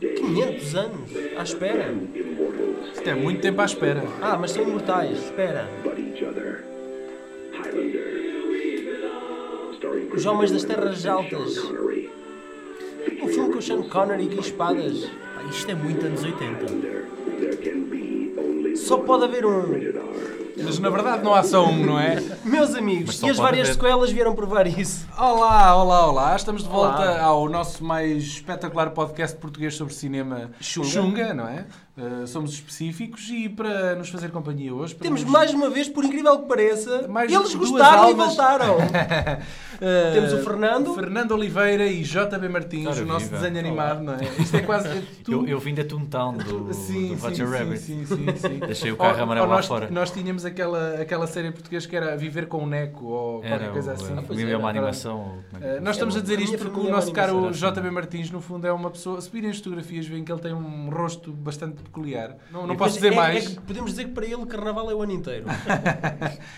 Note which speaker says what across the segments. Speaker 1: 500 anos à espera.
Speaker 2: Isto é muito tempo à espera.
Speaker 1: Ah, mas são imortais. Espera. Os Homens das Terras Altas. Um filme com o Sean Connery e espadas.
Speaker 3: Pá, isto é muito anos 80.
Speaker 1: Só pode haver um.
Speaker 2: Mas na verdade não há só um, não é?
Speaker 1: Meus
Speaker 4: Mas
Speaker 1: amigos,
Speaker 4: só
Speaker 1: e as
Speaker 4: pode
Speaker 1: várias
Speaker 4: haver.
Speaker 1: sequelas vieram provar isso.
Speaker 2: Olá, olá, olá. Estamos de volta
Speaker 1: Olá.
Speaker 2: ao nosso mais espetacular podcast português sobre cinema
Speaker 1: Xunga.
Speaker 2: não é? Uh, somos específicos e para nos fazer companhia hoje... para
Speaker 1: Temos
Speaker 2: nos-
Speaker 1: mais uma vez, por incrível que pareça,
Speaker 2: Mais
Speaker 1: eles
Speaker 2: duas
Speaker 1: gostaram e
Speaker 2: almas.
Speaker 1: voltaram.
Speaker 2: Uh,
Speaker 1: Eh, Temos o Fernando.
Speaker 2: Fernando Oliveira e JB Martins,
Speaker 4: Ora
Speaker 2: o nosso
Speaker 4: viva.
Speaker 2: desenho
Speaker 4: Olá.
Speaker 2: animado, não é? Isto é quase... é tu-
Speaker 4: Eu, eu vim da Toontown do,
Speaker 2: Sim, sim,
Speaker 4: do Roger Rabbit.
Speaker 2: sim, sim, sim, sim.
Speaker 4: Deixei o carro
Speaker 2: Ou-
Speaker 4: amarelo
Speaker 2: ou
Speaker 4: lá
Speaker 2: nós,
Speaker 4: fora.
Speaker 2: Nós tínhamos aquela, aquela série portuguesa que era Viver com o Neco ou
Speaker 4: Era
Speaker 2: qualquer coisa
Speaker 4: o-
Speaker 2: assim.
Speaker 4: a
Speaker 1: Ah, pois
Speaker 4: minha-
Speaker 1: era.
Speaker 4: uma animação. ou como é que
Speaker 2: Uh, nós
Speaker 4: é?
Speaker 2: estamos a dizer
Speaker 1: A
Speaker 2: isto
Speaker 1: minha
Speaker 2: porque o
Speaker 1: família
Speaker 2: nosso
Speaker 1: vai
Speaker 2: caro
Speaker 4: animação.
Speaker 2: JB Martins, no fundo, é uma pessoa. Se virem as fotografias, veem que ele tem um rosto bastante peculiar. Não, não
Speaker 1: E
Speaker 2: posso
Speaker 1: depois
Speaker 2: dizer
Speaker 1: é-
Speaker 2: mais.
Speaker 1: é que podemos dizer que para ele o carnaval é o ano inteiro.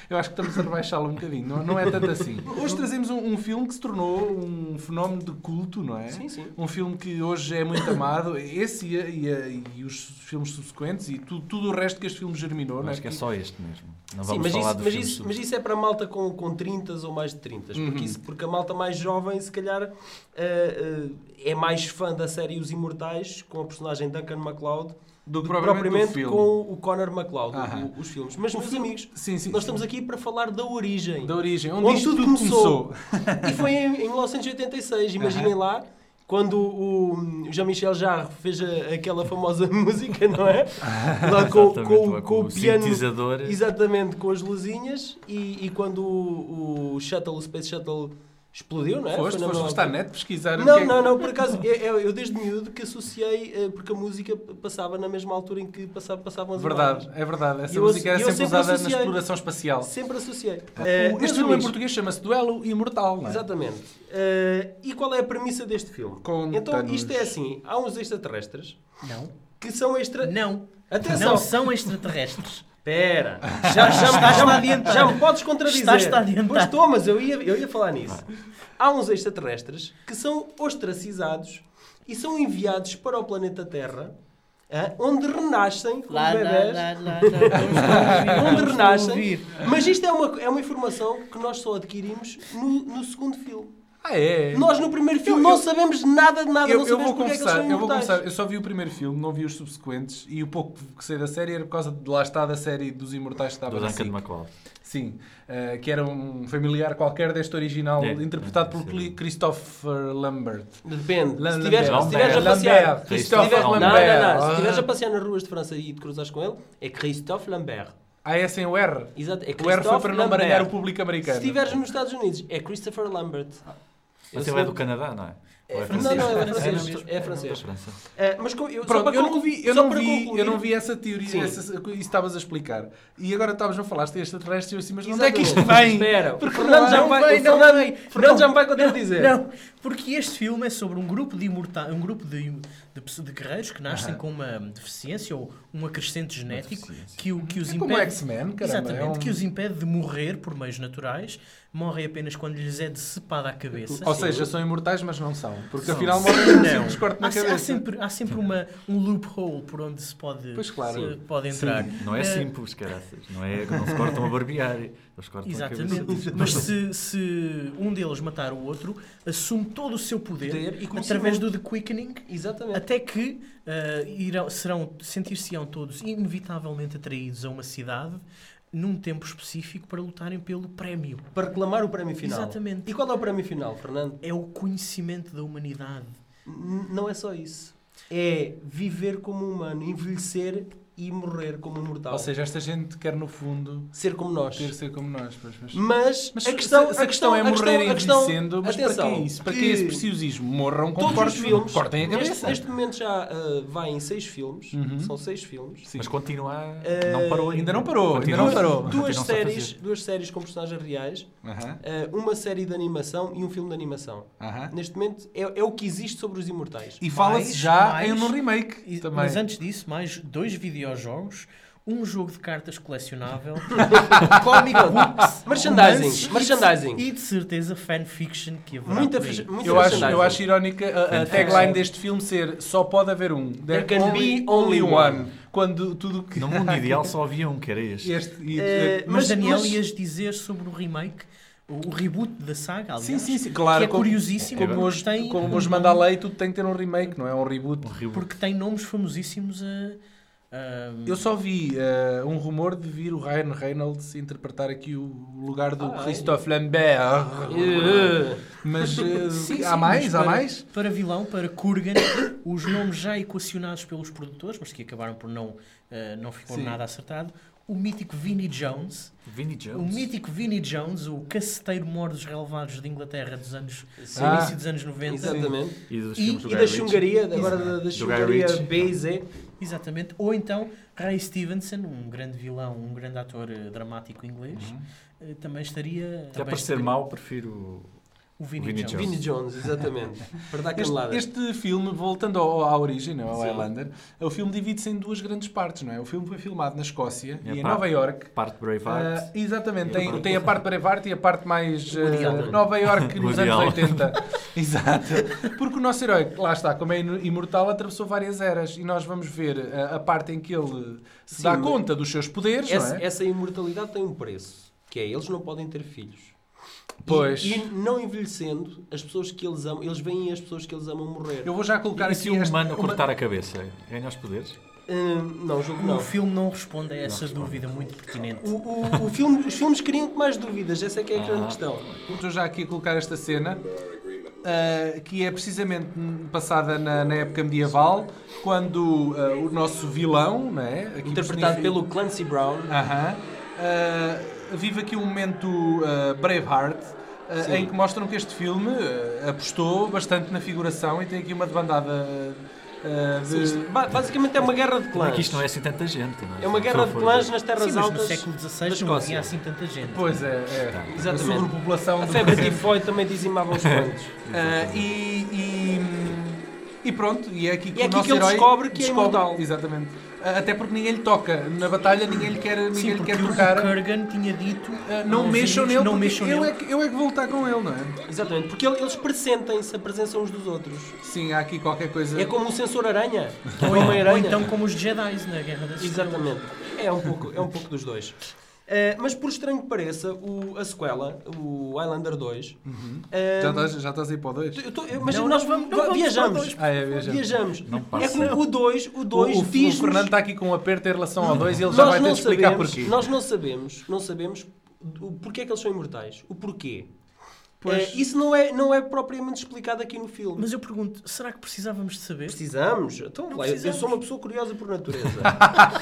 Speaker 2: Eu acho que estamos a rebaixá-lo um bocadinho. Não, não é tanto assim. Hoje trazemos um, um filme que se tornou um fenómeno de culto, não é?
Speaker 1: Sim, sim.
Speaker 2: Um filme que hoje é muito amado. Esse e, a- e a- e os filmes subsequentes e tu- tudo o resto que este filme germinou, não é?
Speaker 4: Acho que é só este mesmo. Não
Speaker 1: Sim,
Speaker 4: vamos
Speaker 1: mas
Speaker 4: falar
Speaker 1: isso,
Speaker 4: do
Speaker 1: mas,
Speaker 4: filme
Speaker 1: isso,
Speaker 4: sobre-
Speaker 1: mas isso é para a malta com, com 30 ou mais de 30. Porque, isso, porque a malta mais jovem, se calhar, ah, ah, é mais fã da série Os Imortais, com a personagem Duncan MacLeod,
Speaker 2: Do que
Speaker 1: que
Speaker 2: propriamente o filme.
Speaker 1: com o Conor MacLeod, o-
Speaker 2: Aham.
Speaker 1: o- os filmes. Mas, meus amigos,
Speaker 2: Sim, sim.
Speaker 1: nós estamos aqui para falar da origem.
Speaker 2: Da origem. Onde,
Speaker 1: Onde
Speaker 2: isto
Speaker 1: tudo
Speaker 2: tudo começou.
Speaker 1: começou. E foi em, em 1986, imaginem lá, quando o o Jean-Michel Jarre fez a- aquela famosa música, não é? Lá com,
Speaker 4: Exatamente,
Speaker 1: com-
Speaker 4: lá
Speaker 1: com
Speaker 4: com
Speaker 1: o
Speaker 4: o
Speaker 1: piano.
Speaker 4: sintetizador.
Speaker 1: Exatamente, com as luzinhas. E, e quando o, o Shuttle, o Space Shuttle explodiu, não é?
Speaker 2: Foste,
Speaker 1: Foi na
Speaker 2: foste,
Speaker 1: mesma
Speaker 2: foste à
Speaker 1: altura.
Speaker 2: net pesquisar. o que é
Speaker 1: Não,
Speaker 2: que-
Speaker 1: não, não, por acaso, eu, eu- eu desde miúdo que associei, eh, porque a música passava na mesma altura em que passava, passavam as
Speaker 2: Verdade,
Speaker 1: imagens.
Speaker 2: é verdade. Essa
Speaker 1: Eu
Speaker 2: música
Speaker 1: ass-
Speaker 2: era
Speaker 1: eu
Speaker 2: sempre,
Speaker 1: sempre
Speaker 2: usada na
Speaker 1: associei.
Speaker 2: exploração espacial.
Speaker 1: Sempre associei. Eh,
Speaker 2: Ah, O-
Speaker 1: meus
Speaker 2: este filme é em
Speaker 1: amigos,
Speaker 2: português chama-se Duelo Imortal. Não é?
Speaker 1: Exatamente. Eh, e qual é a premissa deste filme?
Speaker 2: Conta-nos.
Speaker 1: Então, isto é assim: há uns extraterrestres
Speaker 2: Não.
Speaker 1: que são extra.
Speaker 3: Não.
Speaker 1: Atenção.
Speaker 3: Não são extraterrestres.
Speaker 1: Espera! Já, já, me- já,
Speaker 3: Estás-me a
Speaker 1: me-
Speaker 3: adiantar.
Speaker 1: já me podes contradizer.
Speaker 3: Estás-te a adiantar.
Speaker 1: Pois estou, mas eu ia, eu ia falar nisso. Há uns extraterrestres que são ostracizados e são enviados para o planeta Terra, hã, onde renascem como
Speaker 3: Lá, lá,
Speaker 1: bebés.
Speaker 3: lá, lá, lá.
Speaker 1: Onde
Speaker 3: Vamos
Speaker 1: renascem.
Speaker 3: ouvir.
Speaker 1: Mas isto é uma, é uma informação que nós só adquirimos no, no segundo filme.
Speaker 2: Ah, é?
Speaker 1: Nós no primeiro filme não sabemos nada de nada,
Speaker 2: Eu,
Speaker 1: não
Speaker 2: eu
Speaker 1: sabemos
Speaker 2: vou
Speaker 1: porque é que eles são
Speaker 2: confessar, eu vou
Speaker 1: imortais.
Speaker 2: confessar, eu só vi o primeiro filme, não vi os subsequentes e o pouco que sei da série era por causa de lá está da série dos Imortais que estava
Speaker 4: Do
Speaker 2: na
Speaker 4: Duncan
Speaker 2: SIC.
Speaker 4: MacLeod.
Speaker 2: Sim, eh, que era um familiar qualquer deste original,
Speaker 4: É,
Speaker 2: interpretado
Speaker 4: é,
Speaker 2: por
Speaker 4: sim.
Speaker 2: Cli- Christopher Lambert.
Speaker 1: Depende.
Speaker 2: Lam-
Speaker 1: se tiveres, se
Speaker 4: Lambert.
Speaker 1: tiveres a
Speaker 2: Lambert.
Speaker 1: passear,
Speaker 2: Lambert.
Speaker 1: se tiveres-
Speaker 2: Christophe Ah.
Speaker 1: não, não,
Speaker 2: Lambert.
Speaker 1: não, se tiveres a passear nas ruas de França e te cruzares com ele, é Christophe Lambert.
Speaker 2: Ah, é sem o R?
Speaker 1: Exato, é
Speaker 2: O R foi
Speaker 1: Christophe
Speaker 2: para não
Speaker 1: Lambert.
Speaker 2: embaralhar o público americano.
Speaker 1: Se estiveres nos Estados Unidos, é Christopher Lambert. Eu
Speaker 4: Mas
Speaker 1: sei-
Speaker 4: ele é do Canadá, não é? Ou
Speaker 1: É francês. Não, não, é francês.
Speaker 4: mesmo?
Speaker 1: É
Speaker 4: Da
Speaker 1: francês.
Speaker 4: França.
Speaker 1: É, mas com- eu, só
Speaker 2: Pronto,
Speaker 1: para
Speaker 2: eu não
Speaker 1: conclu-
Speaker 2: vi, eu
Speaker 1: só
Speaker 2: não
Speaker 1: para
Speaker 2: vi, eu
Speaker 1: concluir-
Speaker 2: não vi essa teoria,
Speaker 1: Sim.
Speaker 2: essa, isso estavas a explicar. E agora estavas não falaste de extraterrestres e eu assim, mas de onde é que
Speaker 1: Exatamente.
Speaker 2: isto vem?
Speaker 1: Espera, o Fernando já
Speaker 3: não
Speaker 1: me vai,
Speaker 3: vem,
Speaker 1: o
Speaker 3: não
Speaker 1: Fernando-
Speaker 3: vem.
Speaker 1: Fernando
Speaker 3: Não,
Speaker 1: já me vai contradizer.
Speaker 3: Não, porque este filme é sobre um grupo de imortais, um grupo de, de, pessoa- de guerreiros que nascem com uma deficiência ou um acrescente genético que, o- que os
Speaker 2: É como
Speaker 3: impede.
Speaker 2: X-Men, caramba,
Speaker 3: Exatamente,
Speaker 2: é um-
Speaker 3: que os impede de morrer por meios naturais, morrem apenas quando lhes é decepada a cabeça.
Speaker 2: Ou seja, são imortais, mas não são. Porque
Speaker 3: São.
Speaker 2: afinal morrem de
Speaker 3: Não. Ah,
Speaker 2: simples corte na
Speaker 3: há, se- há
Speaker 2: cabeça.
Speaker 3: sempre, há sempre uma, um loophole por onde se pode,
Speaker 2: Pois claro.
Speaker 3: se pode entrar.
Speaker 4: Não é
Speaker 3: Eh,
Speaker 4: simples, caraças. Não é não se cortam a barbear. Eles cortam a
Speaker 3: Exatamente.
Speaker 1: assim.
Speaker 4: cabeça.
Speaker 3: Mas se, se um deles matar o outro, assume todo o seu poder,
Speaker 1: Poder e
Speaker 3: através
Speaker 1: conhecimento.
Speaker 3: do The Quickening,
Speaker 1: Exatamente.
Speaker 3: até que ah, irão, serão, sentir-se-ão todos inevitavelmente atraídos a uma cidade num tempo específico para lutarem pelo prémio.
Speaker 1: É Para reclamar o prémio final.
Speaker 3: Exatamente.
Speaker 1: E qual é o prémio final, Fernando?
Speaker 3: É o conhecimento da humanidade.
Speaker 1: N- Não é só isso. É viver como humano, envelhecer e morrer como um mortal.
Speaker 2: Ou seja, esta gente quer no fundo
Speaker 1: ser como nós.
Speaker 2: ter ser como nós. Pois, mas...
Speaker 1: Mas,
Speaker 2: Mas
Speaker 1: a questão,
Speaker 2: se- se a questão é morrerem
Speaker 1: a questão-
Speaker 2: envelhecendo, mas para que isso? Para que, esse preciosismo? Morram com
Speaker 1: Todos os
Speaker 2: cortes,
Speaker 1: filmes,
Speaker 2: cortem a
Speaker 1: neste,
Speaker 2: cabeça. Uhum.
Speaker 1: neste momento já ah, vai em seis filmes, são seis filmes.
Speaker 2: Sim.
Speaker 4: Mas continua.
Speaker 1: Eh,
Speaker 4: Não parou
Speaker 2: Ainda não parou, ainda
Speaker 4: Continua.
Speaker 2: não parou.
Speaker 1: Duas
Speaker 4: Continuam-se a
Speaker 1: séries,
Speaker 4: fazer.
Speaker 1: duas séries com personagens reais,
Speaker 2: Aham,
Speaker 1: ah, uma série de animação e um filme de animação.
Speaker 2: aham.
Speaker 1: Neste momento é, é o que existe sobre os imortais.
Speaker 2: E fala-se
Speaker 3: Mais,
Speaker 2: já
Speaker 3: mais.
Speaker 2: em um remake
Speaker 3: E-
Speaker 2: também.
Speaker 3: Mas antes disso, mais dois videojogos. um jogo de cartas colecionável, comic books,
Speaker 1: Merchandising,
Speaker 3: romances e de-
Speaker 1: merchandising.
Speaker 3: E de certeza fanfiction que haverá
Speaker 1: Muita,
Speaker 3: por aí.
Speaker 1: fe- muita
Speaker 2: Eu
Speaker 3: é
Speaker 2: acho, eu
Speaker 1: merchandising.
Speaker 2: acho irónica a, a tagline deste filme ser só pode haver um.
Speaker 1: There can
Speaker 2: only-
Speaker 1: be only one.
Speaker 2: Quando tudo que.
Speaker 4: No mundo ideal só havia um, que era este.
Speaker 2: Este, e-
Speaker 1: Eh,
Speaker 3: É, Mas,
Speaker 1: Mas-
Speaker 3: Daniel,
Speaker 1: mas-
Speaker 3: ias dizer sobre o remake, o, o reboot da saga, aliás,
Speaker 2: Sim, sim, sim, claro.
Speaker 3: que é
Speaker 2: como-
Speaker 3: curiosíssimo,
Speaker 2: Como
Speaker 3: porque
Speaker 2: hoje,
Speaker 3: tem, um
Speaker 2: como hoje manda a lei, tudo tem que ter um remake, não é? Um reboot.
Speaker 4: Um reboot.
Speaker 3: porque tem nomes famosíssimos eh, a... a-
Speaker 2: Eu só vi eh, um rumor de vir o Ryan Reynolds interpretar aqui o lugar do
Speaker 3: é?
Speaker 1: Ah,
Speaker 2: Christophe Lambert.
Speaker 1: Eh,
Speaker 2: Mas eh,
Speaker 3: Sim,
Speaker 2: há
Speaker 3: sim,
Speaker 2: mais,
Speaker 3: mas
Speaker 2: há
Speaker 3: para-
Speaker 2: mais?
Speaker 3: Para vilão, para Kurgan, os nomes já equacionados pelos produtores, mas que acabaram por não, eh, não ficou
Speaker 2: Sim.
Speaker 3: nada acertado. O mítico Vinnie Jones,
Speaker 4: Vinnie
Speaker 3: o
Speaker 4: Jones.
Speaker 3: mítico Vinnie Jones, o caceteiro mor dos relevados de Inglaterra dos anos, do
Speaker 2: Ah,
Speaker 3: início dos anos 90.
Speaker 1: Exatamente.
Speaker 4: E dos
Speaker 3: E-
Speaker 4: filmes
Speaker 1: E
Speaker 4: do Guy
Speaker 1: da
Speaker 4: Ritchie.
Speaker 1: chungaria, agora da, da
Speaker 4: Guy
Speaker 1: chungaria
Speaker 4: Ritchie.
Speaker 1: B e Z.
Speaker 3: Exatamente. Ou então Ray Stevenson, um grande vilão, um grande ator eh, dramático inglês, eh, também estaria.
Speaker 4: Até
Speaker 3: também
Speaker 4: para ser
Speaker 3: estaria-
Speaker 4: Uhum. mau, prefiro.
Speaker 3: O Vinnie
Speaker 4: Vinnie
Speaker 3: Jones.
Speaker 1: Vinnie Jones, exatamente. Para dar canelada.
Speaker 2: Este, este filme, voltando ao- à origem, não é? ao
Speaker 1: Sim.
Speaker 2: Highlander, o filme divide-se em duas grandes partes, não é? O filme foi filmado na Escócia
Speaker 4: É
Speaker 2: e em
Speaker 4: pá.
Speaker 2: Nova York. Ah,
Speaker 4: Parte Braveheart.
Speaker 2: exatamente,
Speaker 4: E a
Speaker 2: tem,
Speaker 4: parte-
Speaker 2: tem a parte Brevard e a parte mais eh,
Speaker 1: Woody Allen.
Speaker 2: Nova York nos
Speaker 4: Woody
Speaker 2: anos
Speaker 4: Allen.
Speaker 2: 80. Exato. Porque o nosso herói, lá está, como é inu- imortal, atravessou várias eras e nós vamos ver eh, a, parte em que ele se
Speaker 1: Sim,
Speaker 2: dá
Speaker 1: mas-
Speaker 2: conta dos seus poderes,
Speaker 1: Essa,
Speaker 2: não é?
Speaker 1: essa imortalidade tem um preço, que é eles não podem ter filhos. E-
Speaker 2: Pois.
Speaker 1: E, não envelhecendo, as pessoas que eles amam, eles veem as pessoas que eles amam morrer.
Speaker 2: Eu vou já colocar
Speaker 4: E
Speaker 2: aqui
Speaker 4: se um
Speaker 2: este- é
Speaker 4: humano
Speaker 2: uma-
Speaker 4: cortar a cabeça? Ganha os poderes?
Speaker 1: Hum, não, julgo
Speaker 3: O
Speaker 1: não.
Speaker 3: filme não responde a essa dúvida muito pertinente.
Speaker 1: O, o- o filme- os filmes criam mais dúvidas, essa é que é a grande
Speaker 4: Ah.
Speaker 1: questão.
Speaker 2: Estou já aqui a colocar esta cena, ah, que é precisamente passada na, na época medieval, quando ah, o nosso vilão, não é? Aqui
Speaker 1: Interpretado
Speaker 2: personifi-
Speaker 1: pelo Clancy Brown.
Speaker 2: Aham. Ah, vive aqui um momento ah, Braveheart, ah,
Speaker 1: Sim.
Speaker 2: em que mostram que este filme ah, apostou bastante na figuração e tem aqui uma debandada ah,
Speaker 1: Sim,
Speaker 2: de...
Speaker 1: isto ba- basicamente é uma guerra de
Speaker 4: Como é
Speaker 1: clãs.
Speaker 4: que isto não é assim tanta gente? não
Speaker 1: É uma guerra de
Speaker 4: Só for-
Speaker 1: clãs nas terras
Speaker 3: Sim, mas no
Speaker 1: altas.
Speaker 3: século
Speaker 1: da
Speaker 3: XVI não
Speaker 1: Escócia.
Speaker 3: havia assim tanta gente.
Speaker 2: Pois é, é.
Speaker 1: Exatamente.
Speaker 2: a sobrepopulação
Speaker 1: A
Speaker 3: um.
Speaker 2: do
Speaker 1: febre
Speaker 2: presente.
Speaker 1: tifoide também dizimava os quantos.
Speaker 2: Ah, e, e- e pronto, e é aqui que,
Speaker 1: E é
Speaker 2: o
Speaker 1: aqui
Speaker 2: nosso
Speaker 1: que ele
Speaker 2: herói
Speaker 1: descobre que é imortal.
Speaker 2: Exatamente. Ah, Até porque ninguém lhe toca. Na batalha ninguém lhe quer, ninguém
Speaker 3: Sim,
Speaker 2: lhe
Speaker 3: porque
Speaker 2: quer
Speaker 3: o
Speaker 2: tocar.
Speaker 3: Kurgan tinha dito.
Speaker 2: Ah, não
Speaker 3: aos
Speaker 2: mexam
Speaker 3: inimigos,
Speaker 2: nele,
Speaker 3: não
Speaker 2: porque
Speaker 3: mexam
Speaker 2: eu,
Speaker 3: nele.
Speaker 2: É que, eu é que vou lutar com ele, não é?
Speaker 1: Exatamente, porque ele- eles presentem-se a presença uns dos outros.
Speaker 2: Sim, há aqui qualquer coisa.
Speaker 1: É como um sensor aranha. Ou
Speaker 3: Ou,
Speaker 1: uma
Speaker 3: ou
Speaker 1: aranha.
Speaker 3: então como os Jedi na Guerra das Estrelas.
Speaker 1: Exatamente. É um pouco, é um pouco dos dois. Eh, mas por estranho que pareça, o- a sequela, o Highlander 2. eh,
Speaker 2: Já, estás, já estás aí para o 2?
Speaker 1: tu- eu tô- eu- mas
Speaker 3: Não,
Speaker 1: nós
Speaker 3: não vamos-
Speaker 1: vamos,
Speaker 3: não vamos
Speaker 1: viajamos.
Speaker 3: para dois.
Speaker 2: Ah, é, veja.
Speaker 1: viajamos.
Speaker 4: Não passa.
Speaker 1: É como o 2, o
Speaker 2: O,
Speaker 1: 2
Speaker 2: o, o
Speaker 1: diz.
Speaker 2: Fernando está aqui com um aperto em relação ao 2 e ele
Speaker 1: nós
Speaker 2: já vai ter
Speaker 1: não
Speaker 2: de explicar
Speaker 1: sabemos,
Speaker 2: porquê.
Speaker 1: Nós não sabemos, não sabemos o porquê é que eles são imortais. O porquê. Eh, isso não é, não é propriamente explicado aqui no filme.
Speaker 3: Mas eu pergunto, será que precisávamos de saber?
Speaker 1: Precisamos? Então, lá, eu-
Speaker 3: precisamos.
Speaker 1: Eu sou uma pessoa curiosa por natureza.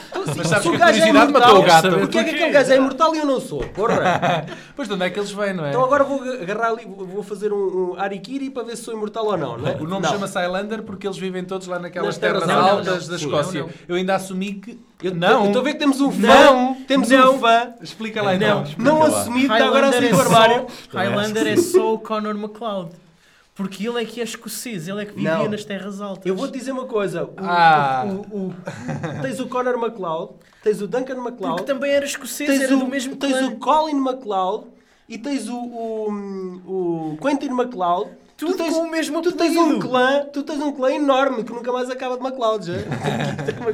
Speaker 1: então, assim,
Speaker 2: Mas sabes
Speaker 1: se o
Speaker 2: que a
Speaker 1: gajo é
Speaker 2: curiosidade matou o
Speaker 1: imortal,
Speaker 2: gato.
Speaker 1: Porquê é que aquele gajo é imortal e eu não sou? Porra!
Speaker 2: Pois de onde é que eles vêm, não é?
Speaker 1: Então agora vou agarrar ali, vou fazer um, um Arikiri para ver se sou imortal ou não, não é?
Speaker 2: O nome
Speaker 1: Não.
Speaker 2: chama-se Highlander porque eles vivem todos lá naquelas
Speaker 1: Nas
Speaker 2: terras,
Speaker 1: terras
Speaker 3: altas.
Speaker 2: altas da
Speaker 1: Sim,
Speaker 2: Escócia.
Speaker 3: não, não.
Speaker 2: Eu ainda assumi que.
Speaker 1: Eu-
Speaker 2: não!
Speaker 1: eu Estou a ver que temos um fã.
Speaker 2: Não.
Speaker 1: temos
Speaker 2: Não.
Speaker 1: um fã.
Speaker 2: Explica
Speaker 3: Não.
Speaker 2: lá então.
Speaker 1: Não
Speaker 4: Explica lá.
Speaker 1: assumido, está tá agora a sair do armário.
Speaker 3: é Só, Highlander é só o Connor McLeod. Porque ele é que é escocês, ele é que vivia
Speaker 1: Não.
Speaker 3: nas terras altas.
Speaker 1: Eu vou te dizer uma coisa. O-
Speaker 2: Ah.
Speaker 1: o- o- tens o Conor McLeod, tens o Duncan McLeod,
Speaker 3: Porque também era escocês,
Speaker 1: tens,
Speaker 3: era
Speaker 1: o,
Speaker 3: do mesmo
Speaker 1: tens um-
Speaker 3: clã.
Speaker 1: o Colin McLeod e tens o, o, o Quentin McLeod.
Speaker 3: Tudo
Speaker 1: tens,
Speaker 3: com o mesmo
Speaker 1: tu tens
Speaker 3: apelido.
Speaker 1: um clã, tu tens um clã enorme que nunca mais acaba de McLeod, já.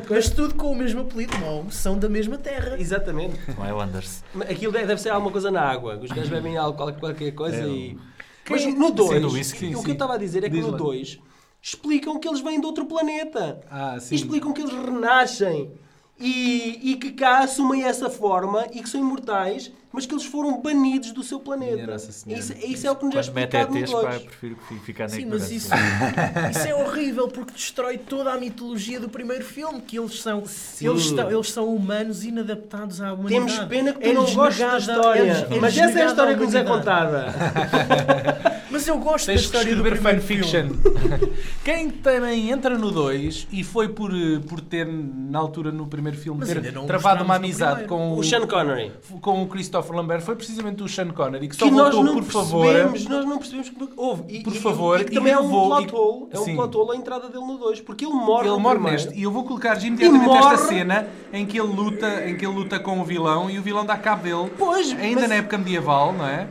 Speaker 3: Mas tudo com o mesmo apelido, não, são da mesma terra.
Speaker 1: Exatamente.
Speaker 4: São Highlanders.
Speaker 1: Aquilo deve deve ser alguma coisa na água. Os gajos bebem álcool, qualquer coisa
Speaker 4: É,
Speaker 1: e.
Speaker 2: Quem-
Speaker 1: Mas no
Speaker 4: Sendo
Speaker 1: 2,
Speaker 4: whisky,
Speaker 1: o
Speaker 2: sim.
Speaker 1: que eu estava a dizer é que
Speaker 2: Diz
Speaker 1: no
Speaker 2: lá.
Speaker 1: 2 explicam que eles vêm de outro planeta.
Speaker 2: Ah,
Speaker 1: E
Speaker 2: sim.
Speaker 1: explicam que eles renascem e, e que cá assumem essa forma e que são imortais, mas que eles foram banidos do seu
Speaker 2: Minha
Speaker 1: planeta.
Speaker 2: Nossa Senhora.
Speaker 1: Isso, isso é o que nos é
Speaker 4: Quando mete
Speaker 1: explicado no
Speaker 4: ETs, pá,
Speaker 1: 2.
Speaker 4: prefiro que fique- ficar na
Speaker 3: Sim, mas isso,
Speaker 4: ignorância.
Speaker 3: isso é horrível porque destrói toda a mitologia do primeiro filme, que eles são,
Speaker 1: Sim.
Speaker 3: eles estão, eles são humanos inadaptados à humanidade. É
Speaker 1: Temos pena que tu
Speaker 2: é.
Speaker 3: É-lhes
Speaker 1: não gostes da
Speaker 3: negada-
Speaker 1: história,
Speaker 3: é-lhes- é-lhes
Speaker 1: mas essa é a
Speaker 3: negada
Speaker 1: história que nos é
Speaker 3: humanidade.
Speaker 1: contada.
Speaker 3: Mas eu gosto da
Speaker 2: Tens que
Speaker 3: história do
Speaker 2: escrever
Speaker 3: primeiro
Speaker 2: fanfiction.
Speaker 3: filme.
Speaker 2: Quem também entra no 2 e foi por, eh, por ter, na altura, no primeiro filme,
Speaker 3: Mas ainda
Speaker 2: ter
Speaker 3: não
Speaker 2: travado uma
Speaker 3: mostramos no
Speaker 2: amizade com
Speaker 1: O Sean Connery.
Speaker 2: com o Christopher Lambert foi precisamente o Sean Connery que só
Speaker 1: Que nós
Speaker 2: voltou
Speaker 1: não
Speaker 2: por favor
Speaker 1: percebemos, nós não percebemos que houve. E,
Speaker 2: Por
Speaker 1: e-
Speaker 2: favor,
Speaker 1: e que também
Speaker 2: e
Speaker 1: é um
Speaker 2: levou-
Speaker 1: plot hole, é
Speaker 2: Sim.
Speaker 1: um plot hole a entrada dele no 2, porque ele morre
Speaker 2: ele
Speaker 1: no
Speaker 2: morre
Speaker 1: primeiro.
Speaker 2: neste e eu vou colocar imediatamente
Speaker 1: E morre.
Speaker 2: esta cena em que ele luta em que ele luta com o vilão e o vilão dá cabo dele
Speaker 1: Pois,
Speaker 2: ainda
Speaker 1: mas-
Speaker 2: na época medieval não é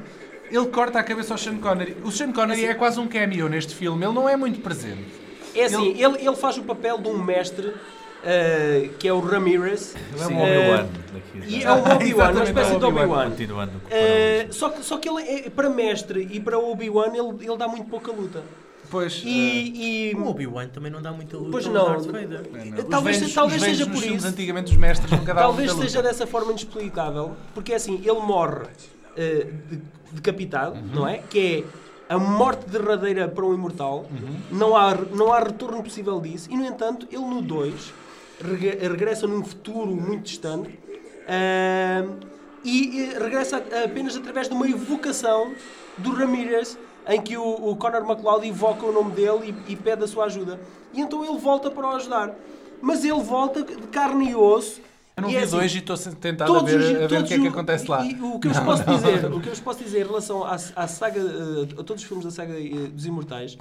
Speaker 2: ele corta a cabeça ao Sean Connery o Sean Connery é quase um cameo neste filme ele não é muito presente
Speaker 1: É assim, ele... Ele, faz o papel de um mestre, ah, que é o Ramirez.
Speaker 4: Ele é um
Speaker 1: Ah,
Speaker 4: Obi-Wan daqui.
Speaker 1: E
Speaker 4: já.
Speaker 1: é o Obi-Wan, uma
Speaker 2: Exatamente, é
Speaker 1: espécie
Speaker 2: o
Speaker 1: de
Speaker 2: Obi-Wan.
Speaker 1: Obi-Wan.
Speaker 4: Continuando com o
Speaker 1: Ah,
Speaker 4: paralelismo.
Speaker 1: só, que, só que ele é, para mestre e para Obi-Wan, ele, ele dá muito pouca luta.
Speaker 2: pois eh,
Speaker 1: E, e-
Speaker 3: O Obi-Wan também não dá muita luta
Speaker 1: Pois
Speaker 3: ao
Speaker 1: não.
Speaker 3: Darth Vader.
Speaker 2: os
Speaker 1: talvez,
Speaker 2: velhos-
Speaker 1: talvez
Speaker 2: os velhos
Speaker 1: seja
Speaker 2: nos
Speaker 1: por
Speaker 2: filmes
Speaker 1: isso.
Speaker 2: antigamente os mestres nunca davam
Speaker 1: Talvez
Speaker 2: muita
Speaker 1: seja
Speaker 2: luta.
Speaker 1: dessa forma inexplicável, porque é assim, ele morre eh, de- decapitado,
Speaker 2: Uhum.
Speaker 1: não é? Que é a morte derradeira para um imortal,
Speaker 2: Uhum.
Speaker 1: não, há, não há retorno possível disso, e no entanto, ele no 2 rega- regressa num futuro muito distante ah, e eh, regressa a- apenas através de uma evocação do Ramirez. Em que o, o Connor McLeod evoca o nome dele e, e pede a sua ajuda. E então ele volta para o ajudar. Mas ele volta de carne e osso.
Speaker 2: eu não
Speaker 1: e
Speaker 2: vi
Speaker 1: é assim,
Speaker 2: dois e estou tentado a ver,
Speaker 1: os-
Speaker 2: a ver o que é
Speaker 1: todos
Speaker 2: que acontece lá
Speaker 1: E, e o, que eu vos posso dizer, o que eu vos posso dizer em relação à, à saga, eh, a todos os filmes da saga eh, dos Imortais,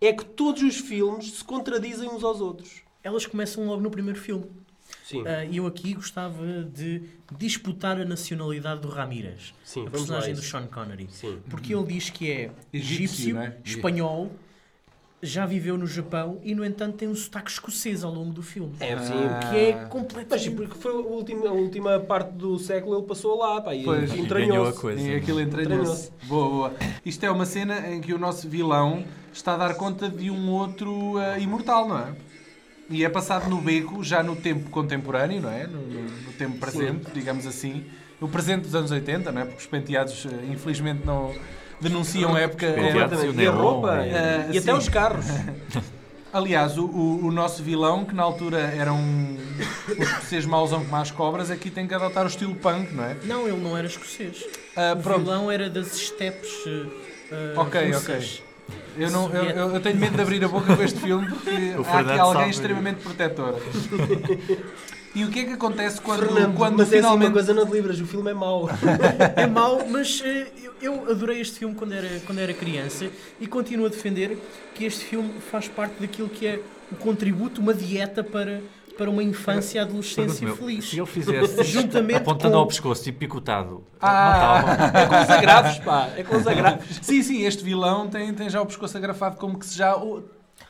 Speaker 1: é que todos os filmes se contradizem uns aos outros.
Speaker 3: Elas começam logo no primeiro filme.
Speaker 1: Sim.
Speaker 3: Ah, E eu aqui gostava de disputar a nacionalidade do Ramírez,
Speaker 1: Sim,
Speaker 3: a
Speaker 1: vamos
Speaker 3: personagem
Speaker 1: lá a
Speaker 3: do
Speaker 1: isso.
Speaker 3: Sean Connery.
Speaker 1: Sim.
Speaker 3: Porque ele diz que é
Speaker 2: Egípcio,
Speaker 3: egípcio,
Speaker 2: não é?
Speaker 3: espanhol, já viveu no Japão e, no entanto, tem um sotaque escocês ao longo do filme.
Speaker 1: É, sim.
Speaker 2: Ah.
Speaker 3: Que é
Speaker 1: Mas
Speaker 3: completamente.
Speaker 1: sim, porque foi a última, a última parte do século, ele passou lá, pá, e
Speaker 2: Pois.
Speaker 1: e
Speaker 4: E ganhou a
Speaker 1: entranhou-se.
Speaker 4: coisa.
Speaker 2: E aquilo entranhou-se. Boa, boa. Isto é uma cena em que o nosso vilão está a dar conta de um outro ah, imortal, não é? E é passado no beco, já no tempo contemporâneo, não é? No, no- no tempo presente, digamos assim. No presente dos anos 80, não é? Porque os penteados, ah, infelizmente, não denunciam a época.
Speaker 4: Penteados.
Speaker 2: Ah,
Speaker 4: E o
Speaker 1: Exatamente. E a
Speaker 4: neon,
Speaker 1: roupa, eh,
Speaker 4: e-
Speaker 1: e
Speaker 2: Ah,
Speaker 1: até
Speaker 2: sim.
Speaker 1: os carros.
Speaker 2: Aliás, o, o- o nosso vilão, que na altura era um, um escocês mauzão com más cobras, aqui tem que adotar o estilo punk, não é?
Speaker 3: Não, ele não era escocês.
Speaker 2: Ah,
Speaker 3: o
Speaker 2: pronto.
Speaker 3: vilão era das estepes. ah,
Speaker 2: Ok,
Speaker 3: russas.
Speaker 2: Eu, não, eu, eu- eu tenho medo de abrir a boca com este filme porque há
Speaker 4: O
Speaker 2: aqui
Speaker 4: Fernando
Speaker 2: alguém
Speaker 4: sabe.
Speaker 2: extremamente protetor. E o que é que acontece quando,
Speaker 1: Fernando,
Speaker 2: quando
Speaker 1: mas é assim uma
Speaker 2: finalmente.
Speaker 1: coisa, não te livras, o filme é mau.
Speaker 3: É mau, mas eh, eu- eu adorei este filme quando era, quando era criança e continuo a defender que este filme faz parte daquilo que é o contributo, uma dieta para, para uma infância e adolescência
Speaker 4: Pergunto-me eu,
Speaker 3: feliz.
Speaker 4: Se ele fizesse isto,
Speaker 3: Juntamente
Speaker 4: apontando
Speaker 3: com-
Speaker 4: ao pescoço, tipo picotado,
Speaker 2: Ah.
Speaker 4: matava.
Speaker 1: É com os agravos, pá, é com os agravos.
Speaker 2: Sim, sim, este vilão tem, tem já o pescoço agrafado como que se já. o-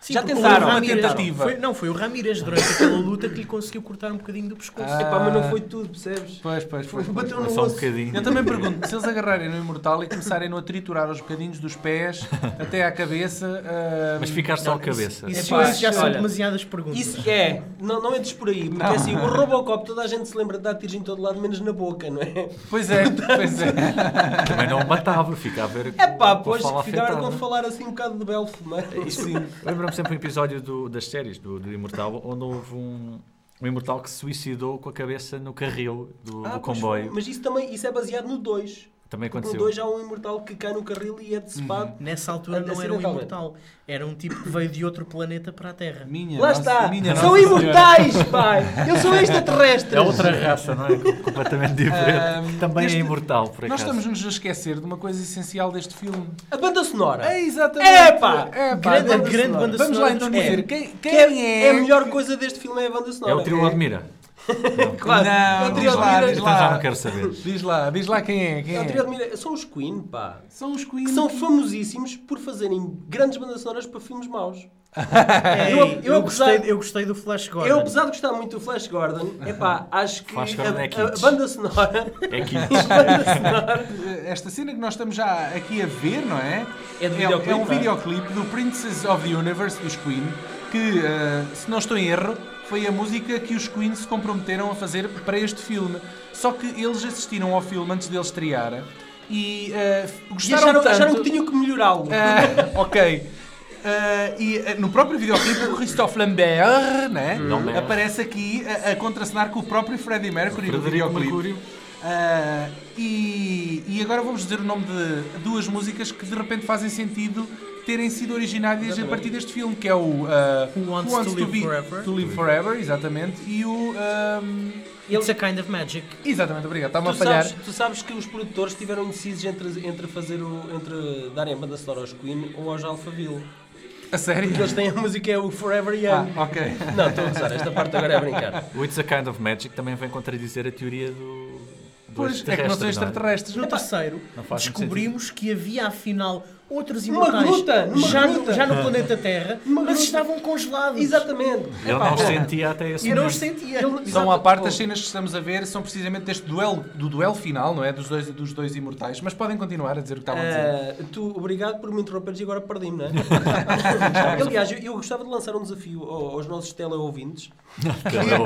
Speaker 3: Sim,
Speaker 1: Já
Speaker 3: porque
Speaker 1: tentaram,
Speaker 3: o
Speaker 1: uma
Speaker 3: Ramírez-
Speaker 2: tentativa.
Speaker 3: foi- não, foi o Ramírez durante aquela luta que lhe conseguiu cortar um bocadinho do pescoço.
Speaker 2: Ah.
Speaker 1: Epá, mas não foi tudo, percebes?
Speaker 2: Pois, pois, pois. pois.
Speaker 1: Bateu no
Speaker 4: Só um
Speaker 1: osso.
Speaker 4: bocadinho.
Speaker 2: Eu também pergunto, se eles agarrarem no Imortal e começarem a triturar os bocadinhos dos pés até à cabeça. ah,
Speaker 4: Mas ficar só a cabeça.
Speaker 3: Isso
Speaker 1: Epá,
Speaker 3: já são
Speaker 1: olha,
Speaker 3: demasiadas perguntas.
Speaker 1: Isso é, não, não entres por aí, porque
Speaker 2: Não.
Speaker 1: assim, o Robocop toda a gente se lembra de dar tiros em todo lado, menos na boca, não é?
Speaker 2: Pois é, pois é.
Speaker 4: Também não o matava, fica a ver.
Speaker 1: É pá,
Speaker 4: com a
Speaker 1: pois
Speaker 4: fala
Speaker 1: ficaram
Speaker 2: né?
Speaker 4: afetada.
Speaker 1: a falar assim um bocado de belfo, mas...
Speaker 2: É
Speaker 4: Sim. Lembro-me sempre um episódio do- das séries do, do Imortal, onde houve um, um Imortal que se suicidou com a cabeça no carril do,
Speaker 1: Ah,
Speaker 4: do
Speaker 1: pois,
Speaker 4: comboio.
Speaker 1: Mas isso também, isso é baseado no 2.
Speaker 4: Também
Speaker 2: Tipo,
Speaker 1: No
Speaker 4: aconteceu.
Speaker 1: 2 há um imortal que cai no carril e é decepado.
Speaker 3: Nessa
Speaker 1: é
Speaker 3: altura não era um
Speaker 1: Acidentalmente.
Speaker 3: imortal, era um tipo que veio de outro planeta para a Terra.
Speaker 2: Uhum. Minha
Speaker 1: Lá
Speaker 2: nossa-
Speaker 1: está,
Speaker 2: minha
Speaker 1: são
Speaker 2: nossa senhora.
Speaker 1: imortais, pai! Eles são extraterrestres!
Speaker 4: É outra raça, não é? Com- Completamente diferente.
Speaker 2: Ah,
Speaker 4: Também
Speaker 2: este-
Speaker 4: é imortal, por
Speaker 2: Nós
Speaker 4: acaso.
Speaker 2: estamos-nos a esquecer de uma coisa essencial deste filme.
Speaker 1: A banda sonora!
Speaker 2: É exatamente.
Speaker 1: Epá!
Speaker 2: É,
Speaker 3: Grande-
Speaker 2: vamos-
Speaker 3: grande banda
Speaker 2: Vamos
Speaker 3: sonora
Speaker 2: lá então
Speaker 3: dos-
Speaker 2: dizer
Speaker 3: é.
Speaker 2: quem,
Speaker 1: Que
Speaker 2: quem
Speaker 1: é,
Speaker 2: é.
Speaker 1: é a melhor coisa deste filme é a banda sonora.
Speaker 4: É o trio Admira.
Speaker 1: Quase.
Speaker 2: Não,
Speaker 1: é o trio
Speaker 2: diz lá,
Speaker 1: Admira.
Speaker 2: diz
Speaker 4: Então
Speaker 2: lá.
Speaker 4: já não quero saber.
Speaker 2: Diz lá, diz lá quem é. Quem
Speaker 1: É o
Speaker 2: é.
Speaker 1: trio Admira. São os Queen, pá.
Speaker 2: São os Queen. eh,
Speaker 1: que são famosíssimos por fazerem grandes bandas sonoras para filmes maus.
Speaker 3: Ei,
Speaker 1: Eu-
Speaker 3: É, eu,
Speaker 1: eu apesar-
Speaker 3: gostei, eu gostei do Flash Gordon.
Speaker 1: Eu, apesar de gostar muito do Flash Gordon, epá, acho que
Speaker 4: Flash Gordon
Speaker 1: a,
Speaker 4: é
Speaker 1: a-
Speaker 4: kids.
Speaker 1: a banda sonora,
Speaker 4: É que
Speaker 1: a banda sonora
Speaker 2: Esta cena que nós estamos já aqui a ver, não é?
Speaker 1: É de
Speaker 2: é um
Speaker 1: videoclipe,
Speaker 2: videoclipe do Princess of the Universe dos Queen, que, eh, se não estou em erro, foi a música que os Queen se comprometeram a fazer para este filme. Só que eles assistiram ao filme antes dele estrear e eh,
Speaker 1: e
Speaker 2: gostaram
Speaker 1: acharam,
Speaker 2: tanto...
Speaker 1: acharam que tinham que melhorá-lo.
Speaker 2: Ah, ok. Ah, e ah, no próprio videoclipe, o Christophe Lambert né,
Speaker 4: Lambert.
Speaker 2: aparece aqui a, a contracenar com o próprio Freddie Mercury no
Speaker 4: Frederico
Speaker 2: videoclipe.
Speaker 4: Mercúrio.
Speaker 2: Ah, e, e agora vamos dizer o nome de duas músicas que de repente fazem sentido terem sido originárias a partir deste filme, que é o ah,
Speaker 3: Who Wants to Live
Speaker 2: Be-
Speaker 3: Forever?
Speaker 2: to Live Forever, exatamente, e o... ah,
Speaker 3: It's a kind of magic.
Speaker 2: exatamente, obrigado, está-me a
Speaker 1: Tu
Speaker 2: falhar.
Speaker 1: sabes, tu sabes que os produtores estiveram indecisos entre, entre, fazer o, entre darem a banda sonora aos Queen ou aos Alphaville.
Speaker 2: A sério?
Speaker 1: Porque eles têm a música é o Forever
Speaker 2: Ah,
Speaker 1: Young.
Speaker 2: ok.
Speaker 1: Não, estou a usar, esta parte agora é a brincar.
Speaker 4: O It's a Kind of Magic também vem contradizer a teoria do. do
Speaker 2: Pois, é que não são
Speaker 4: extraterrestre,
Speaker 2: extraterrestres.
Speaker 3: No terceiro,
Speaker 4: não faz muito
Speaker 3: descobrimos que havia afinal outros
Speaker 1: Uma
Speaker 3: imortais
Speaker 1: gruta, numa
Speaker 3: já,
Speaker 1: gruta.
Speaker 3: No, já no planeta Terra,
Speaker 1: Uma
Speaker 3: mas
Speaker 1: gruta.
Speaker 3: estavam congelados.
Speaker 1: Exatamente.
Speaker 4: não é? Ele não os sentia até esse
Speaker 3: E não os
Speaker 4: momento.
Speaker 3: sentia.
Speaker 2: São à parte, as cenas que estamos a ver são precisamente deste duelo, do duelo final, não é? Dos dois, dos dois imortais. Mas podem continuar a dizer o que estavam a dizer.
Speaker 1: Ah, tu, obrigado por me interromperes e agora perdi-me, não é? Aliás, eu, eu gostava de lançar um desafio ao- aos nossos teleouvintes
Speaker 2: é.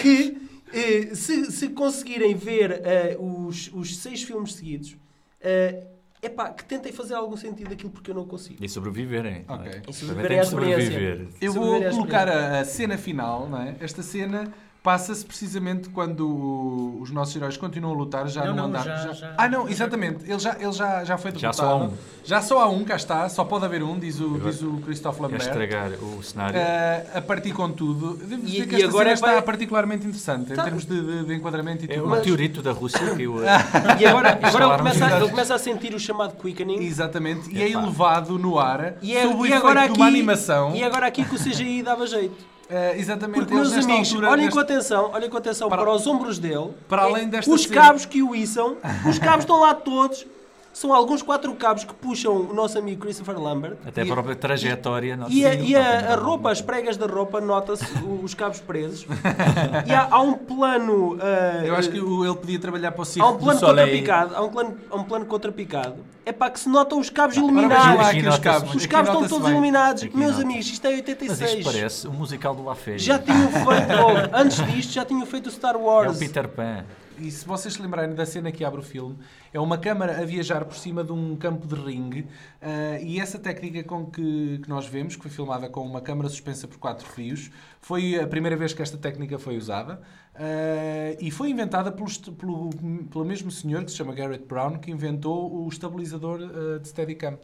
Speaker 1: que eh, se, se conseguirem ver eh, os, os seis filmes seguidos, é epá, que tentem fazer algum sentido aquilo porque eu não consigo.
Speaker 4: E sobreviverem. não é?
Speaker 2: Ok.
Speaker 4: Também
Speaker 1: E sobreviverem
Speaker 4: tem que
Speaker 1: à experiência.
Speaker 4: sobreviver.
Speaker 2: Eu
Speaker 1: Se
Speaker 2: vou
Speaker 1: viver a
Speaker 2: colocar a, a cena final, não é? Esta cena passa-se precisamente quando o- os nossos heróis continuam a lutar já
Speaker 3: Não,
Speaker 2: no
Speaker 3: não,
Speaker 2: andar.
Speaker 3: já- já-
Speaker 2: ah, não, exatamente. Ele já, ele já, já foi
Speaker 4: Já
Speaker 2: derrotado.
Speaker 4: só há um.
Speaker 2: Já só há um, cá está. Só pode haver um, diz o, diz o Christophe
Speaker 4: É
Speaker 2: Lambert.
Speaker 4: estragar o cenário.
Speaker 2: Né? Ah, a partir contudo, devo
Speaker 1: E-
Speaker 2: dizer que
Speaker 1: e
Speaker 2: esta
Speaker 1: agora
Speaker 2: cena
Speaker 1: é
Speaker 2: está
Speaker 1: vai-
Speaker 2: particularmente interessante em
Speaker 1: Tá.
Speaker 2: termos de, de- de enquadramento e
Speaker 4: É
Speaker 2: tudo
Speaker 4: o
Speaker 2: mais.
Speaker 4: meteorito da Rússia que eh, eu.
Speaker 1: E agora, agora ele,
Speaker 4: Instalaram
Speaker 1: começa a,
Speaker 4: os
Speaker 1: ele começa a sentir o chamado quickening.
Speaker 2: Exatamente, e é
Speaker 4: Epá.
Speaker 2: elevado no ar
Speaker 1: E, é,
Speaker 2: sob o
Speaker 1: e,
Speaker 2: efeito
Speaker 1: agora aqui,
Speaker 2: de uma animação.
Speaker 1: e agora aqui que o CGI dava jeito.
Speaker 2: Eh, exatamente,
Speaker 1: Porque,
Speaker 2: eles
Speaker 1: meus
Speaker 2: nesta
Speaker 1: amigos,
Speaker 2: altura,
Speaker 1: olhem
Speaker 2: neste-
Speaker 1: com atenção, olhem com atenção para,
Speaker 2: Para-
Speaker 1: os ombros dele.
Speaker 2: para
Speaker 1: É,
Speaker 2: além desta
Speaker 1: Os
Speaker 2: cena.
Speaker 1: cabos que o içam, os cabos estão lá todos. São alguns quatro cabos que puxam o nosso amigo Christopher Lambert.
Speaker 4: Até a própria trajetória. nossa,
Speaker 1: E a,
Speaker 4: não
Speaker 1: e a-
Speaker 4: tem
Speaker 1: a
Speaker 4: nada.
Speaker 1: roupa, as pregas da roupa, nota-se o- os cabos presos. E há, há um plano. ah,
Speaker 2: Eu acho que o- ele podia trabalhar para o Circo
Speaker 1: Há um plano
Speaker 2: do Soleil.
Speaker 1: contrapicado, há um plano, há um plano contrapicado. É pá, é que se notam os cabos
Speaker 2: Ora, vejam lá
Speaker 1: iluminados.
Speaker 4: Aqui
Speaker 2: aqui os
Speaker 4: nota-se
Speaker 2: cabos.
Speaker 4: bem.
Speaker 1: Os
Speaker 2: Aqui
Speaker 1: cabos estão
Speaker 2: nota-se
Speaker 1: todos
Speaker 2: bem.
Speaker 1: iluminados.
Speaker 4: Aqui
Speaker 1: Meus
Speaker 4: nota-se.
Speaker 1: amigos, isto é
Speaker 4: Mas
Speaker 1: 86.
Speaker 4: isto parece um musical do La Féria.
Speaker 1: Já tinham feito, oh, antes disto, já tinham feito o Star
Speaker 4: É o
Speaker 1: Wars.
Speaker 4: Peter Pan.
Speaker 2: E se vocês se lembrarem da cena que abre o filme, é uma câmara a viajar por cima de um campo de ringue. ah, e essa técnica com que, que nós vemos, que foi filmada com uma câmara suspensa por quatro fios, foi a primeira vez que esta técnica foi usada. ah, e foi inventada pelo, est- pelo, pelo mesmo senhor que se chama Garrett Brown, que inventou o estabilizador ah, de Steadicam.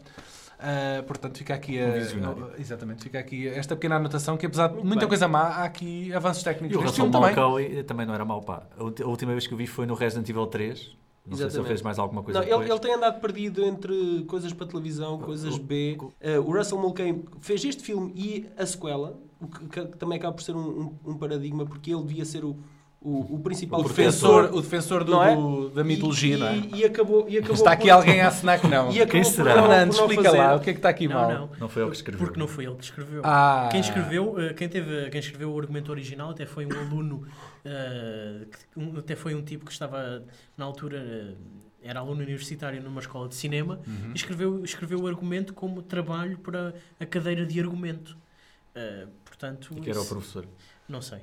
Speaker 2: Ah, portanto, fica aqui a,
Speaker 4: Um visionário.
Speaker 2: exatamente, fica aqui esta pequena anotação que apesar de
Speaker 1: Muito
Speaker 2: muita
Speaker 1: bem.
Speaker 2: coisa má, há aqui avanços técnicos.
Speaker 4: E o
Speaker 2: Este
Speaker 4: Russell
Speaker 2: filme também.
Speaker 4: Mulcahy também não era mau pá. A ulti- a última vez que o vi foi no Resident Evil 3. Não sei se ele
Speaker 1: Exatamente.
Speaker 4: fez mais alguma coisa
Speaker 1: Não,
Speaker 4: depois.
Speaker 1: ele, ele tem andado perdido entre coisas para televisão, coisas B. Eh, o Russell Mulcahy fez este filme e a sequela, o que, que- que também acaba por ser um, um- um paradigma, porque ele devia ser o, o, o principal
Speaker 2: o
Speaker 1: defensor,
Speaker 2: defensor, o defensor do-
Speaker 1: não é?
Speaker 2: do- da mitologia,
Speaker 1: e,
Speaker 2: não é?
Speaker 1: e, e acabou, e acabou
Speaker 2: Está aqui
Speaker 1: por-
Speaker 2: alguém a assinar que não.
Speaker 1: E acabou
Speaker 4: Quem
Speaker 1: por
Speaker 4: será?
Speaker 1: não- por
Speaker 2: Fernando,
Speaker 1: não
Speaker 2: explica
Speaker 1: fazer.
Speaker 2: lá, o que é que está aqui mal?
Speaker 3: Não, não.
Speaker 4: Não foi ele que escreveu. né?
Speaker 3: Porque não foi ele que escreveu.
Speaker 2: Ah.
Speaker 3: Quem escreveu, eh, quem, teve, quem escreveu o argumento original até foi um aluno, eh, que- um- até foi um tipo que estava na altura, eh, era aluno universitário numa escola de cinema,
Speaker 2: Uhum.
Speaker 3: e escreveu, escreveu o argumento como trabalho para a cadeira de argumento. Eh, portanto,
Speaker 4: E que era o
Speaker 3: isso-
Speaker 4: professor.
Speaker 3: não sei.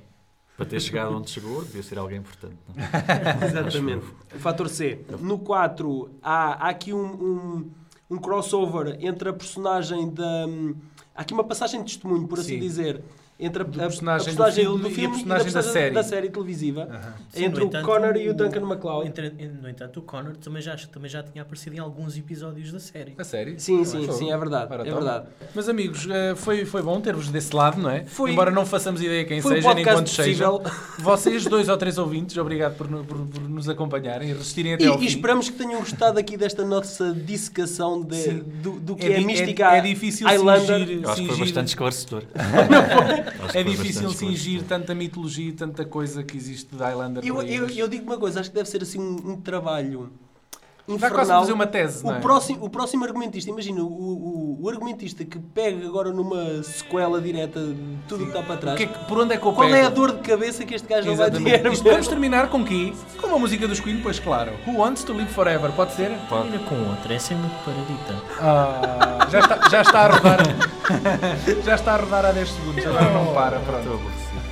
Speaker 4: Para ter chegado onde chegou, devia ser alguém importante. não é?
Speaker 1: Exatamente. O fator C. No 4 há, há aqui um, um, um crossover entre a personagem da. hum, Há aqui uma passagem de testemunho, por assim
Speaker 2: Sim.
Speaker 1: dizer. Entre a, a- a
Speaker 2: personagem do filme e a
Speaker 1: da
Speaker 2: personagem da série.
Speaker 1: televisiva.
Speaker 3: Sim,
Speaker 1: entre
Speaker 3: no
Speaker 1: o
Speaker 3: entanto,
Speaker 1: Connor e o Duncan MacLeod.
Speaker 3: entre- no entanto, o Connor também já, também já tinha aparecido em alguns episódios da série.
Speaker 2: A sério?
Speaker 1: Sim, sim,
Speaker 2: Fogo.
Speaker 1: sim, é verdade.
Speaker 2: Ora,
Speaker 1: É
Speaker 2: então.
Speaker 1: verdade.
Speaker 2: Meus amigos, eh, foi, foi bom ter-vos desse lado, não é?
Speaker 1: Foi-
Speaker 2: Embora não façamos ideia quem
Speaker 1: Foi um
Speaker 2: seja, nem
Speaker 1: podcast
Speaker 2: quantos sejam.
Speaker 1: possível.
Speaker 2: Vocês, dois ou três ouvintes, obrigado por, no- por- por nos acompanharem e resistirem até
Speaker 1: E,
Speaker 2: ao
Speaker 1: e
Speaker 2: fim.
Speaker 1: esperamos que tenham gostado aqui desta nossa dissecação de-
Speaker 2: Sim.
Speaker 1: do, do que
Speaker 2: É
Speaker 1: é,
Speaker 2: di- é-
Speaker 1: mística
Speaker 2: é difícil
Speaker 1: Highlander.
Speaker 2: fingir-
Speaker 4: Eu acho que foi
Speaker 2: Singir.
Speaker 4: bastante esclarecedor. Acho que
Speaker 2: É
Speaker 4: foi
Speaker 2: difícil
Speaker 4: bastante
Speaker 2: singir
Speaker 4: esclarecedor.
Speaker 2: tanta mitologia e tanta coisa que existe de Highlander.
Speaker 1: Eu,
Speaker 2: por aí,
Speaker 1: eu,
Speaker 2: mas-
Speaker 1: eu digo uma coisa, acho que deve ser assim um, um trabalho
Speaker 2: Dá
Speaker 1: infernal.
Speaker 2: quase para fazer uma tese, não
Speaker 1: o,
Speaker 2: é?
Speaker 1: próximo, o próximo argumentista, imagina, o, o, o argumentista que pega agora numa sequela direta de tudo o que está para
Speaker 2: O
Speaker 1: trás,
Speaker 2: que é que- por onde é que eu
Speaker 1: qual
Speaker 2: pego?
Speaker 1: é a dor de cabeça que este gajo não vai
Speaker 2: Exatamente.
Speaker 1: ter?
Speaker 2: E Esperamos terminar com que? Com uma música dos Queen, pois claro. Who Wants to Live Forever, pode ser?
Speaker 4: Pode.
Speaker 3: Termina com outra, essa é muito paradita.
Speaker 2: Ah, já, está, já está a rodar. já está a rodar há 10 segundos, agora não para, pronto.
Speaker 4: Estou aborrecido.